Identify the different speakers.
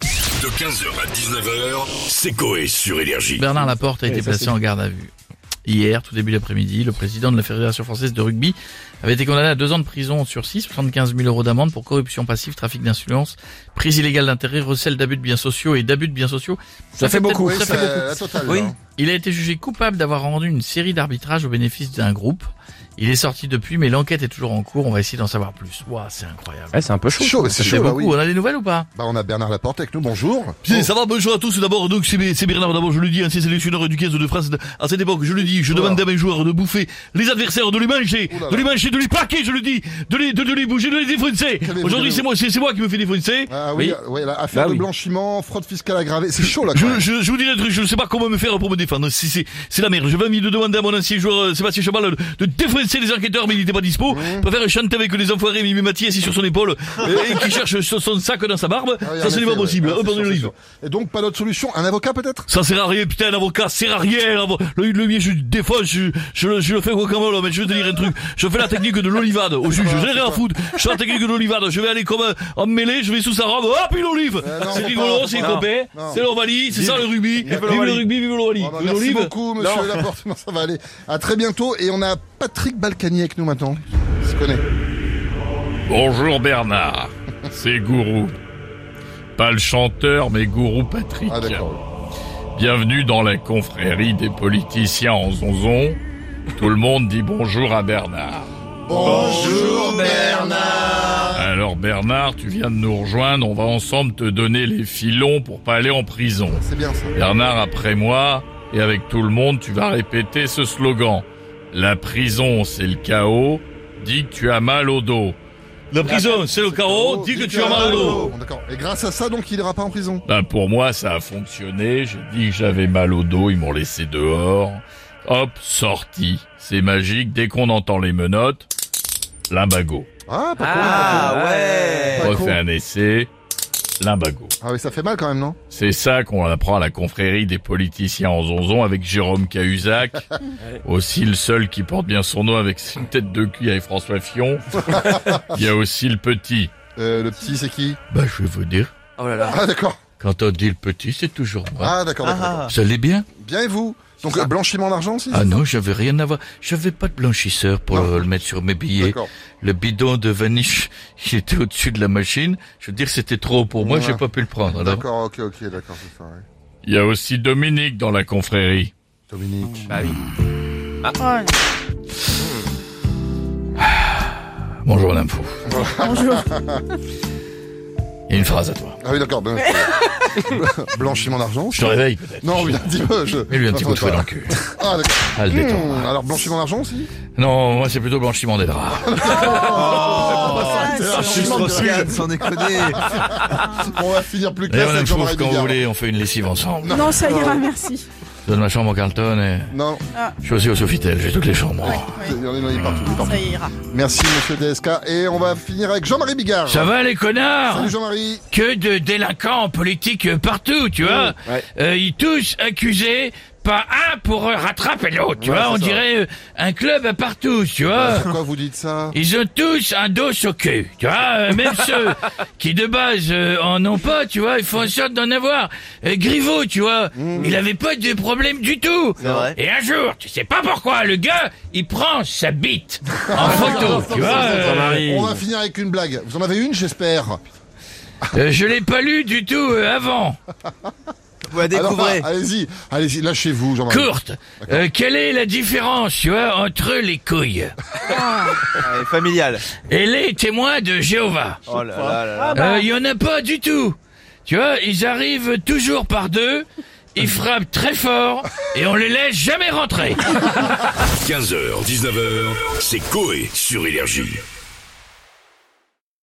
Speaker 1: De 15h à 19h, c'est Coé sur Énergie.
Speaker 2: Bernard Laporte a été
Speaker 3: Oui, ça,
Speaker 2: placé
Speaker 3: c'est-
Speaker 2: en garde à vue. Hier, tout début d'après-midi, le président de la Fédération française de rugby avait été condamné à deux ans de prison sur six, 75 000 euros d'amende pour corruption passive, trafic d'influence, prise illégale d'intérêt, recel d'abus de biens sociaux et d'abus de biens sociaux.
Speaker 3: Ça fait beaucoup.
Speaker 2: peut-être- ça fait beaucoup.
Speaker 4: la totale.
Speaker 3: Oui.
Speaker 4: là.
Speaker 2: Il a été jugé coupable d'avoir rendu une série d'arbitrages au bénéfice d'un groupe. Il est sorti depuis, mais l'enquête est toujours en cours. On va essayer d'en savoir plus. Waouh, c'est incroyable.
Speaker 3: Ouais, c'est un peu
Speaker 4: C'est
Speaker 3: chaud.
Speaker 4: chaud, c'est
Speaker 2: C'est
Speaker 4: chaud, bah
Speaker 2: beaucoup.
Speaker 4: oui.
Speaker 5: hein.
Speaker 2: On a des nouvelles ou pas
Speaker 4: Bah, on a Bernard Laporte avec nous, bonjour.
Speaker 5: Bien, ça va, bonjour à tous. D'abord, donc, c'est c'est Bernard, d'abord, je le dis, ancien sélectionneur du 15 de France. À cette époque, je le dis, je demandais à mes joueurs de bouffer les adversaires, de les manger,
Speaker 4: Ouh là là.
Speaker 5: de les manger, de les plaquer, je le dis, de les, de, de les bouger, de les défoncer.
Speaker 4: Calmez-vous,
Speaker 5: Aujourd'hui,
Speaker 4: calmez-vous.
Speaker 5: c'est moi, c'est c'est moi qui me fais défoncer.
Speaker 4: Ah oui, ouais, la affaire
Speaker 3: Bah
Speaker 4: de
Speaker 3: oui.
Speaker 4: blanchiment, fraude fiscale aggravée, c'est chaud là. quand
Speaker 5: Je,
Speaker 4: même. Ah
Speaker 5: je, je vous dis un truc, je ne sais pas comment me faire pour me défendre. Si c'est c'est la merde. J'avais envie de demander à mon ancien joueur euh, Sébastien Chabal euh, de défoncer les enquêteurs, mais il n'était pas dispo. Je préfère chanter avec les enfoirés, Mimi Mathieu assis sur son épaule euh, et qui cherche son son sac dans sa barbe.
Speaker 4: Ah oui, en
Speaker 5: ça, ce n'est
Speaker 4: effet,
Speaker 5: pas possible.
Speaker 4: ouais. Ah,
Speaker 5: Euh,
Speaker 4: c'est
Speaker 5: pardon,
Speaker 4: sûr,
Speaker 5: le
Speaker 4: c'est
Speaker 5: livre.
Speaker 4: sûr. Et donc, pas d'autre solution Un avocat peut-être
Speaker 5: Ça sert à rien, putain, l'avocat, ça sert à rien. l'avo- Le, le mien, je défonce, je, je, le- je le fais au camolo, mais je veux te dire un truc. Je fais la technique de l'olivade au juge, j'ai rien à foutre. Je fais la technique de l'olivade, je vais aller comme un- en mêlée, je vais sous sa robe, hop, une olive
Speaker 4: Euh, non,
Speaker 5: C'est
Speaker 4: faut
Speaker 5: rigolo,
Speaker 4: pas,
Speaker 5: c'est
Speaker 4: faut
Speaker 5: copain,
Speaker 4: Non.
Speaker 5: c'est l'Ovalie, c'est ça le rugby. Vive le
Speaker 3: l'Ovalie.
Speaker 5: rugby, vive l'Ovalie.
Speaker 4: Ah bah,
Speaker 5: Vive
Speaker 4: Merci
Speaker 5: l'olive.
Speaker 4: beaucoup, monsieur Laporte. Non, ça va aller. À très bientôt. Et on a Patrick Balkany avec nous maintenant. Il se connaît.
Speaker 6: Bonjour Bernard, c'est Gourou. Pas le chanteur, mais Gourou Patrick.
Speaker 4: Ah, d'accord.
Speaker 6: Bienvenue dans la confrérie des politiciens en zonzon. Tout le monde dit bonjour à Bernard.
Speaker 4: Bonjour, Bernard.
Speaker 6: Alors Bernard, tu viens de nous rejoindre, on va ensemble te donner les filons pour pas aller en prison.
Speaker 4: C'est bien ça.
Speaker 6: Bernard, après moi, et avec tout le monde, tu vas répéter ce slogan. La prison, c'est le chaos. Dis que tu as mal au dos.
Speaker 5: La prison, c'est le carreau, Oh, dis que tu as mal au dos.
Speaker 4: Bon, D'accord. Et grâce à ça, donc, il ira pas en prison.
Speaker 6: Ben pour moi, ça a fonctionné. J'ai dit que j'avais mal au dos, ils m'ont laissé dehors. Hop, sorti. C'est magique. Dès qu'on entend les menottes, limbago.
Speaker 4: Ah, pas
Speaker 3: Ah ouais.
Speaker 4: con. Pas con.
Speaker 6: Refait un essai, limbago.
Speaker 4: Ah oui, ça fait mal quand même, non
Speaker 6: C'est ça qu'on apprend à la confrérie des politiciens en zonzon avec Jérôme Cahuzac. aussi le seul qui porte bien son nom avec une tête de cul avec François Fillon. Il y a aussi le petit.
Speaker 4: euh, Le petit, c'est qui
Speaker 6: Ben, je vais vous dire,
Speaker 3: Oh là là.
Speaker 4: Ah d'accord.
Speaker 6: quand on dit le petit, c'est toujours moi.
Speaker 4: Ah d'accord. d'accord.
Speaker 3: Ah.
Speaker 6: Vous allez bien?
Speaker 4: Bien et vous Donc euh, blanchiment d'argent aussi
Speaker 6: Ah non, j'avais rien à voir. J'avais pas de blanchisseur pour
Speaker 4: Non.
Speaker 6: le, le mettre sur mes billets.
Speaker 4: D'accord.
Speaker 6: Le bidon de vaniche, il était au-dessus de la machine. Je veux dire, c'était trop pour moi,
Speaker 4: Ouais.
Speaker 6: j'ai pas pu le prendre. Alors.
Speaker 4: D'accord, ok, ok, d'accord, c'est ça. ouais.
Speaker 6: Il y a aussi Dominique dans la confrérie.
Speaker 4: Dominique.
Speaker 3: Bah.
Speaker 6: Bonjour l'info.
Speaker 7: Bonjour.
Speaker 6: Il y a une phrase à toi.
Speaker 4: Ah oui, d'accord. ben, blanchiment d'argent
Speaker 6: Je te réveille peut-être.
Speaker 4: Non, oui, un petit peu. Je...
Speaker 6: Mets lui un petit coup de fouet dans le
Speaker 4: Ah,
Speaker 6: cul.
Speaker 4: d'accord.
Speaker 6: Ah, le détend.
Speaker 4: Hum, Alors blanchiment d'argent aussi
Speaker 6: Non, moi c'est plutôt blanchiment des draps.
Speaker 3: Ah, Je suis trop sale, sans déconner.
Speaker 4: On va finir plus
Speaker 6: D'ailleurs,
Speaker 4: classe
Speaker 6: madame
Speaker 4: avec
Speaker 6: Fouff,
Speaker 4: Jean-Marie
Speaker 6: quand vous
Speaker 4: Bigard.
Speaker 6: voulez, on fait une lessive ensemble.
Speaker 7: Non, ça ira, merci.
Speaker 6: Je donne ma chambre au Carlton et
Speaker 4: Non,
Speaker 6: je suis aussi au Sofitel, j'ai toutes les chambres.
Speaker 3: Ah,
Speaker 4: il y en a il y en
Speaker 6: Ah.
Speaker 4: a partout. il y en a partout.
Speaker 7: Ça ira.
Speaker 4: Merci monsieur DSK. Et on va finir avec Jean-Marie Bigard.
Speaker 6: Ça va les connards
Speaker 4: Salut Jean-Marie.
Speaker 6: que de délinquants en politique euh, partout, tu vois.
Speaker 3: ouais.
Speaker 6: Euh, ils tous accusés, pas un pour euh, rattraper l'autre, tu
Speaker 4: Ouais,
Speaker 6: vois. On
Speaker 4: c'est ça.
Speaker 6: dirait euh, un club à partout, tu vois.
Speaker 4: Pourquoi vous dites ça
Speaker 6: Ils ont tous un dos au cul, tu vois. euh, même ceux qui de base euh, en ont pas, tu vois, ils font en sorte d'en avoir. Euh, Griveaux, tu vois, il avait pas de problème du tout.
Speaker 3: vrai.
Speaker 6: Et un jour, tu sais pas pourquoi, le gars, il prend sa bite en photo, tu vois. euh,
Speaker 4: On va finir avec une blague. Vous en avez une, j'espère.
Speaker 6: euh, je l'ai pas lu du tout euh, avant.
Speaker 3: Vous la
Speaker 4: Alors, ah,
Speaker 3: découvrez.
Speaker 4: allez-y, allez-y, lâchez-vous, Jean-Marie.
Speaker 6: courte. Euh, quelle est la différence, tu vois, entre les couilles
Speaker 3: Allez, Familial.
Speaker 6: et les témoins de Jéhovah
Speaker 3: Oh là là là là.
Speaker 6: Il Euh, y en a pas du tout. Tu vois, ils arrivent toujours par deux, ils frappent très fort et on les laisse jamais rentrer.
Speaker 1: 15h, 19h, c'est Coé sur Énergie.